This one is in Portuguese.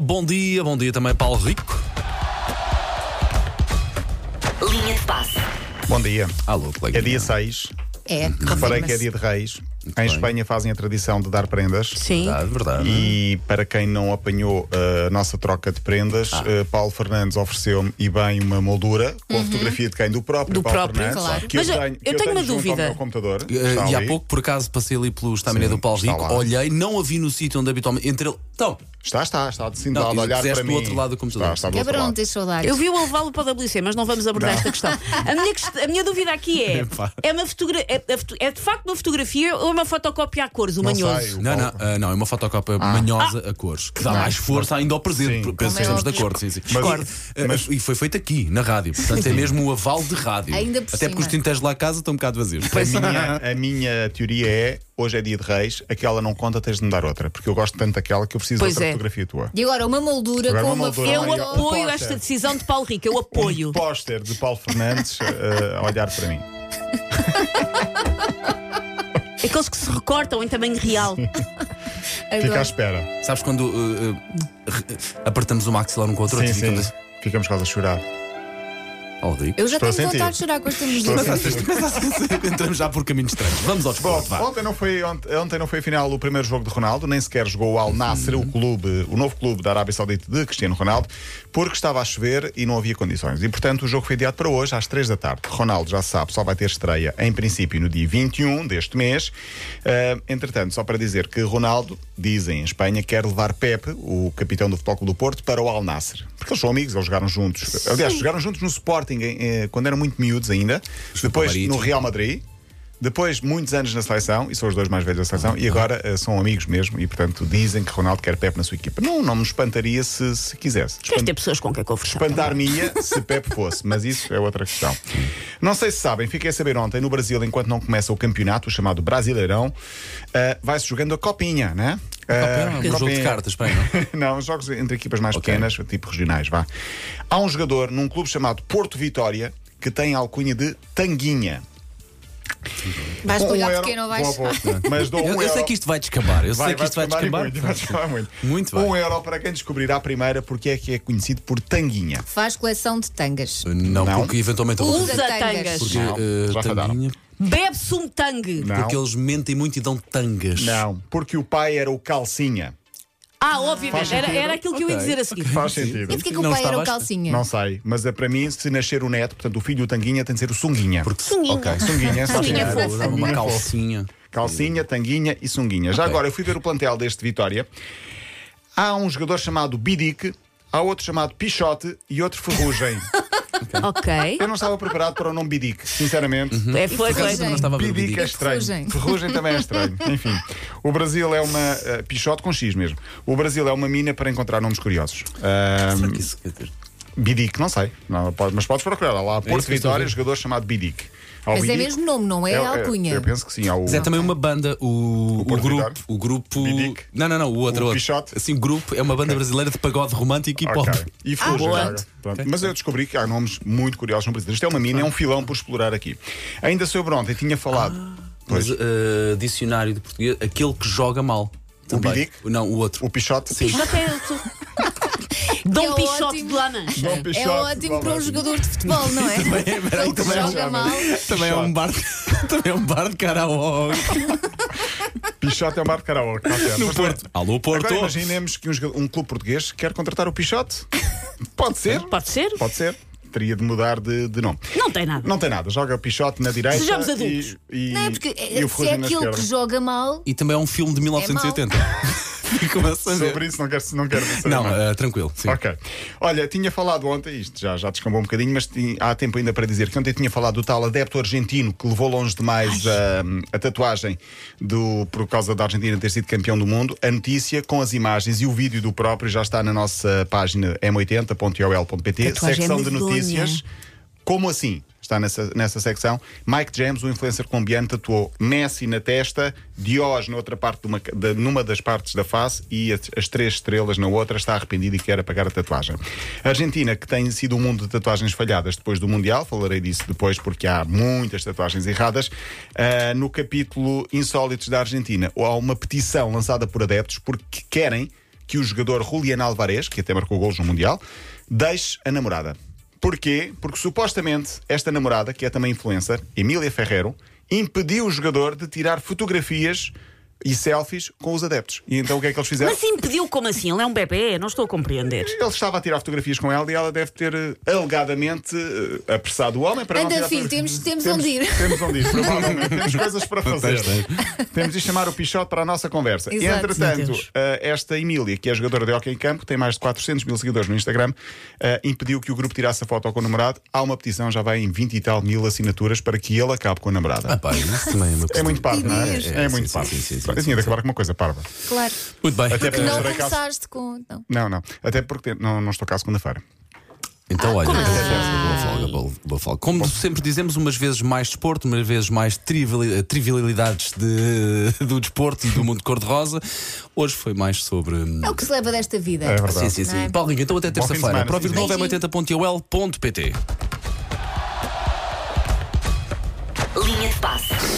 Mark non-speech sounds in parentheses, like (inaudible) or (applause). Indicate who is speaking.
Speaker 1: Bom dia, bom dia também Paulo Rico.
Speaker 2: Linha de passe.
Speaker 3: Bom dia.
Speaker 1: Alô, colega.
Speaker 3: É dia 6.
Speaker 4: É,
Speaker 3: Reparei
Speaker 4: confirma-se.
Speaker 3: que é dia de Reis.
Speaker 1: bem.
Speaker 3: Em Espanha fazem a tradição de dar prendas.
Speaker 4: Sim,
Speaker 1: Verdade, verdade.
Speaker 3: E para quem não apanhou uh, a nossa troca de prendas,
Speaker 1: Ah.
Speaker 3: uh, Paulo Fernandes ofereceu-me e bem uma moldura com a fotografia de quem? Do próprio
Speaker 4: Uhum. Do
Speaker 3: Paulo
Speaker 4: próprio,
Speaker 3: Fernandes.
Speaker 4: claro.
Speaker 3: que
Speaker 4: Mas eu-
Speaker 3: tenho, que
Speaker 4: eu tenho uma
Speaker 3: junto
Speaker 4: dúvida.
Speaker 3: Ao meu computador.
Speaker 1: Eh,
Speaker 3: Está
Speaker 1: e há
Speaker 3: ali.
Speaker 1: pouco, por acaso, passei ali pelo estamina
Speaker 3: Sim,
Speaker 1: do Paulo
Speaker 3: está
Speaker 1: Rico,
Speaker 3: lá.
Speaker 1: olhei, não a vi no sítio onde habitualmente. Entre ele. Então,
Speaker 3: Está, está, está de
Speaker 1: Não,
Speaker 3: cindado
Speaker 1: tu
Speaker 3: a olhar
Speaker 1: puseste
Speaker 3: para
Speaker 1: do
Speaker 3: mim.
Speaker 1: outro lado do computador.
Speaker 3: Está, está do outro
Speaker 4: cabrão,
Speaker 3: lado.
Speaker 4: deixa eu dar.
Speaker 5: Eu vi o levá-lo para o WC, mas não vamos abordar esta questão. A minha, quest- a minha dúvida aqui é:
Speaker 1: Epá.
Speaker 5: é, uma fotogra- é, é foto- é de facto uma fotografia ou é uma fotocópia a cores, o
Speaker 3: Não
Speaker 5: manhoso?
Speaker 3: sei, o
Speaker 1: não, não,
Speaker 3: Paulo-
Speaker 1: ah, não, é uma fotocópia manhosa a cores, que dá mais força ainda ao presente.
Speaker 3: Sim.
Speaker 1: Penso que estamos de
Speaker 4: óbvio.
Speaker 1: acordo, sim, sim.
Speaker 3: Mas-
Speaker 1: Claro. Ah,
Speaker 3: mas-
Speaker 1: e foi feito aqui, na rádio. Portanto, é mesmo um aval de rádio.
Speaker 4: Ainda por
Speaker 1: Até
Speaker 4: cima.
Speaker 1: porque os tintéis lá a casa estão um bocado vazios.
Speaker 3: A minha, a minha teoria é: hoje é dia de Reis, aquela não conta, tens de me dar outra. Porque eu gosto tanto daquela que eu preciso
Speaker 5: Pois
Speaker 3: de outra
Speaker 5: é.
Speaker 3: fotografia tua.
Speaker 4: E agora uma moldura
Speaker 3: Agora
Speaker 4: com
Speaker 3: uma
Speaker 4: uma,
Speaker 3: moldura,
Speaker 4: foto.
Speaker 5: Eu
Speaker 3: Olha, um
Speaker 5: apoio
Speaker 3: póster.
Speaker 5: esta decisão de Paulo Rico, eu apoio.
Speaker 3: Um póster de Paulo Fernandes eh, a olhar para mim.
Speaker 5: Aqueles que se recortam em tamanho real.
Speaker 3: Fica à
Speaker 4: Adoro.
Speaker 3: espera.
Speaker 1: Sabes quando ah, ah, re- apertamos o maxilar um com o outro?
Speaker 3: Sim,
Speaker 1: e
Speaker 3: sim.
Speaker 1: ficamos
Speaker 3: Ficamos quase a chorar.
Speaker 1: assim, Paulo Rico.
Speaker 4: Eu já
Speaker 3: Estou a
Speaker 4: tenho vontade
Speaker 3: sentir.
Speaker 4: de chorar com esta música.
Speaker 3: Estou a
Speaker 4: Mas
Speaker 3: sentir.
Speaker 1: Entramos já por caminhos estranhos. Vamos ao
Speaker 3: Bom,
Speaker 1: desporto, vá.
Speaker 3: ontem não foi ont- ontem, não foi a final o primeiro jogo de Ronaldo, nem sequer jogou o Al Nasser, o clube, o novo clube da Arábia Saudita de Cristiano Ronaldo, porque estava a chover e não havia condições. E portanto o jogo foi adiado para hoje às 3 da tarde. Ronaldo já sabe, só vai ter estreia em princípio no dia 21 deste mês. Ah, entretanto, só para dizer que Ronaldo, dizem em Espanha, quer levar Pepe, o capitão do Futebol Clube do Porto, para o Al Nasser. Porque eles são amigos, eles jogaram juntos. Aliás, jogaram juntos no Sporting em- eh, quando eram muito miúdos ainda. Depois no
Speaker 1: Marítimo.
Speaker 3: Real É Madrid. Depois, muitos anos na seleção, e são os dois mais velhos da seleção, e agora eh, são amigos mesmo, e portanto dizem que Ronaldo quer Pepe na sua equipa. Não, não me espantaria se, se quisesse.
Speaker 5: Queres ter pessoas com quem conversar?
Speaker 3: Espantar-me-ia se Pepe fosse, mas isso é outra questão. Não sei se sabem, fiquei a saber ontem, no Brasil, enquanto não começa o campeonato, o chamado Brasileirão, eh, vai-se jogando a copinha, né? Eh,
Speaker 1: Copinha, um jogo de cartas, bem, não?
Speaker 3: (laughs) não, jogos entre equipas mais
Speaker 1: Ok.
Speaker 3: pequenas, tipo regionais, vá. Há um jogador num clube chamado Porto Vitória que tem a alcunha de Tanguinha.
Speaker 4: Vais
Speaker 3: Com um
Speaker 4: olhar
Speaker 3: euro-
Speaker 4: pequeno ou vais?
Speaker 3: Vou, vou. (laughs) Mas dou um
Speaker 1: Eu, eu
Speaker 3: euro.
Speaker 1: sei que isto vai descambar. Eu sei que isto vai
Speaker 3: descambar
Speaker 1: descambar.
Speaker 3: e muito, vai descambar muito.
Speaker 1: (laughs) Muito
Speaker 3: um
Speaker 1: bem.
Speaker 3: euro para quem descobrir à primeira porque é que é conhecido por Tanguinha.
Speaker 4: Faz coleção de tangas.
Speaker 1: Não,
Speaker 3: Não.
Speaker 1: porque eventualmente eu vou
Speaker 4: Usa
Speaker 1: fazer.
Speaker 5: tangas.
Speaker 4: tangas.
Speaker 1: Porque,
Speaker 3: Não,
Speaker 1: eh,
Speaker 3: já
Speaker 1: tanguinha-
Speaker 3: falharam.
Speaker 5: Bebe-se um tangue.
Speaker 3: Não.
Speaker 1: porque eles mentem muito e dão tangas.
Speaker 3: Não, porque o pai era o Calcinha.
Speaker 5: Ah, obviamente, era, era aquilo que eu ia
Speaker 1: Ok.
Speaker 5: dizer a seguir.
Speaker 3: Faz sentido.
Speaker 4: E porquê que o
Speaker 1: Não
Speaker 4: pai era
Speaker 1: estava
Speaker 4: o
Speaker 1: a-
Speaker 4: calcinha?
Speaker 3: Não sei, mas é para mim, se nascer o neto, portanto o filho do Tanguinha tem de ser o Sunguinha.
Speaker 1: Porque
Speaker 5: Sunguinha.
Speaker 1: ok,
Speaker 3: Sunguinha, só
Speaker 1: sunguinha
Speaker 3: tinha-
Speaker 1: boa, usava uma
Speaker 3: Sunguinha boa.
Speaker 1: calcinha.
Speaker 3: Calcinha, Tanguinha e Sunguinha. Já
Speaker 1: Ok.
Speaker 3: agora, eu fui ver o plantel deste Vitória. Há um jogador chamado Bidic, há outro chamado Pichote e outro (laughs) Ferrugem.
Speaker 5: Ok.
Speaker 3: Eu não estava preparado para o nome Bidic, sinceramente.
Speaker 1: Uhum.
Speaker 5: É, foi, foi.
Speaker 1: Eu não Então, estava a ver o
Speaker 3: Bidic
Speaker 1: vídeo.
Speaker 3: é estranho. (laughs)
Speaker 4: Ferrugem.
Speaker 3: Ferrugem também é estranho. Enfim, o Brasil é uma. eh, pichote com X mesmo. O Brasil é uma mina para encontrar nomes curiosos. Ah,
Speaker 1: Será que isso quer dizer?
Speaker 3: Bidic, não sei. Não, pode- mas podes procurar. Há lá
Speaker 1: É eu
Speaker 3: Porto
Speaker 1: estou a
Speaker 3: Vitória,
Speaker 1: ver.
Speaker 3: jogador chamado Bidic. Há o
Speaker 4: Mas é
Speaker 3: Bidic,
Speaker 4: mesmo nome, não é,
Speaker 3: é- é-
Speaker 4: alcunha?
Speaker 3: Eu penso que sim. Há o,
Speaker 1: Mas é também uma banda, o, o
Speaker 3: Porto
Speaker 1: grupo.
Speaker 3: Vitória?
Speaker 1: O grupo.
Speaker 3: Bidic?
Speaker 1: Não, não, não, o outro.
Speaker 3: O
Speaker 1: outro.
Speaker 3: Pichote?
Speaker 1: Assim, grupo é uma banda brasileira de pagode romântico e
Speaker 3: Ok.
Speaker 1: pop.
Speaker 4: Ah,
Speaker 3: E Ferrugem.
Speaker 5: boa.
Speaker 3: já agora. Pronto. Mas eu descobri que há nomes muito curiosos no Brasil. Isto é uma mina, é um filão por explorar aqui. Ainda sobre ontem, tinha falado.
Speaker 1: Mas
Speaker 3: Pois,
Speaker 1: eh, dicionário de português, aquele que joga mal. Também.
Speaker 3: Bidic?
Speaker 1: Não, o outro.
Speaker 3: o Pichote.
Speaker 1: Sim.
Speaker 5: Mas é outro.
Speaker 4: (laughs)
Speaker 5: Dom
Speaker 4: É
Speaker 5: um Pichote
Speaker 4: ótimo.
Speaker 5: de La Mancha.
Speaker 3: Dom Pichote,
Speaker 4: É ótimo para um
Speaker 3: Valverde.
Speaker 4: jogador de futebol,
Speaker 3: (laughs)
Speaker 4: não é? Ele que joga mal.
Speaker 1: Também é um bar (laughs) de- também é um bar de karaoke.
Speaker 3: Pichote é o mar de karaoke. está certo. Mas também-
Speaker 1: Alô, Porto.
Speaker 3: Agora imaginemos que um, joga- um clube português quer contratar o Pichote. Pode ser.
Speaker 5: Pode ser?
Speaker 3: Pode ser. Teria de mudar de, de nome.
Speaker 5: Não tem nada.
Speaker 3: Não tem nada. Joga o Pichote na direita.
Speaker 5: Sejamos adultos.
Speaker 3: E, e,
Speaker 4: Não é porque
Speaker 3: e o
Speaker 4: se é
Speaker 3: Ferrugem na
Speaker 4: aquele que
Speaker 3: esquerda.
Speaker 4: joga mal,
Speaker 1: E também é um filme de
Speaker 4: (laughs)
Speaker 1: 1980. Ficam a saber.
Speaker 3: Sobre isso não quero, não quero dizer.
Speaker 1: Não,
Speaker 3: nada.
Speaker 1: eh, tranquilo. Sim.
Speaker 3: Ok. Olha, tinha falado ontem, isto já, já descambou um bocadinho, mas ti- há tempo ainda para dizer que ontem tinha falado do tal adepto argentino que levou longe demais a, a tatuagem do, por causa da Argentina ter sido campeão do mundo. A notícia com as imagens e o vídeo do próprio já está na nossa página m80.ol.pt,
Speaker 5: Tatuagem é
Speaker 3: secção de
Speaker 5: medonha.
Speaker 3: notícias. Como assim? Está nessa, nessa secção. Mike James, o influencer colombiano, tatuou Messi na testa, Dios noutra parte de uma, ca- de- numa das partes da face e as, as três estrelas na outra. Está arrependido e quer apagar a tatuagem. A Argentina, que tem sido um mundo de tatuagens falhadas depois do Mundial, falarei disso depois porque há muitas tatuagens erradas. ah, no capítulo Insólitos da Argentina, há uma petição lançada por adeptos porque querem. que que o jogador Julian Alvarez, que até marcou gols no Mundial, deixe a namorada. Porquê? Porque supostamente esta namorada, que é também influencer, Emília Ferreiro, impediu o jogador de tirar fotografias e selfies com os adeptos. E então o que é que eles fizeram?
Speaker 5: Mas impediu como assim? Ele é um bebê? Não estou a compreender.
Speaker 3: Ele estava a tirar fotografias com ela e ela deve ter eh, alegadamente eh, apressado o homem para não
Speaker 4: Anda,
Speaker 3: tirar
Speaker 4: filho,
Speaker 3: fotografias.
Speaker 4: temos, temos onde ir.
Speaker 3: Temos onde ir,
Speaker 4: (laughs)
Speaker 3: provavelmente. Temos coisas para fazer.
Speaker 1: Tens, tens.
Speaker 3: Temos de chamar o Pichote para a nossa conversa.
Speaker 4: Exato.
Speaker 5: Meu
Speaker 3: Entretanto,
Speaker 5: Deus.
Speaker 3: eh, esta Emília, que é jogadora de hockey em campo, tem mais de 400 mil seguidores no Instagram, eh, impediu que o grupo tirasse a foto com o namorado. Há uma petição, já vai em 20 e tal mil assinaturas para que ele acabe com a
Speaker 1: Ah,
Speaker 3: namorada.
Speaker 1: pá,
Speaker 3: (laughs)
Speaker 1: isso também é uma
Speaker 3: É
Speaker 1: questão.
Speaker 3: muito parvo, não é?
Speaker 4: Inês.
Speaker 3: É,
Speaker 1: É,
Speaker 3: muito
Speaker 1: sim,
Speaker 3: parvo.
Speaker 1: sim, sim, sim,
Speaker 3: Tinha
Speaker 1: sim,
Speaker 3: de acabar com uma coisa parva.
Speaker 4: Claro.
Speaker 1: Muito bem.
Speaker 3: Até porque
Speaker 4: Não
Speaker 3: por acaso-
Speaker 4: conversaste com. Não.
Speaker 3: Não, não. Até porque não, não estou cá segunda-feira.
Speaker 1: Então, olha,
Speaker 4: é
Speaker 1: boa folga, boa- boa folga. Como sempre dizemos, umas vezes mais desporto, umas vezes mais trivali- trivialidades de- (laughs) do desporto e do mundo cor-de-rosa. Hoje foi mais sobre. hum,
Speaker 4: É o que se leva desta vida.
Speaker 3: É verdade.
Speaker 1: Sim, sim, sim.
Speaker 4: Não é?
Speaker 1: Paulinho, então até
Speaker 3: fim de
Speaker 1: terça-feira.
Speaker 3: semana,
Speaker 1: Para ouvir
Speaker 3: sim,
Speaker 1: de novo é
Speaker 4: sim.
Speaker 1: 80.ol.pt.
Speaker 2: Linha de passe.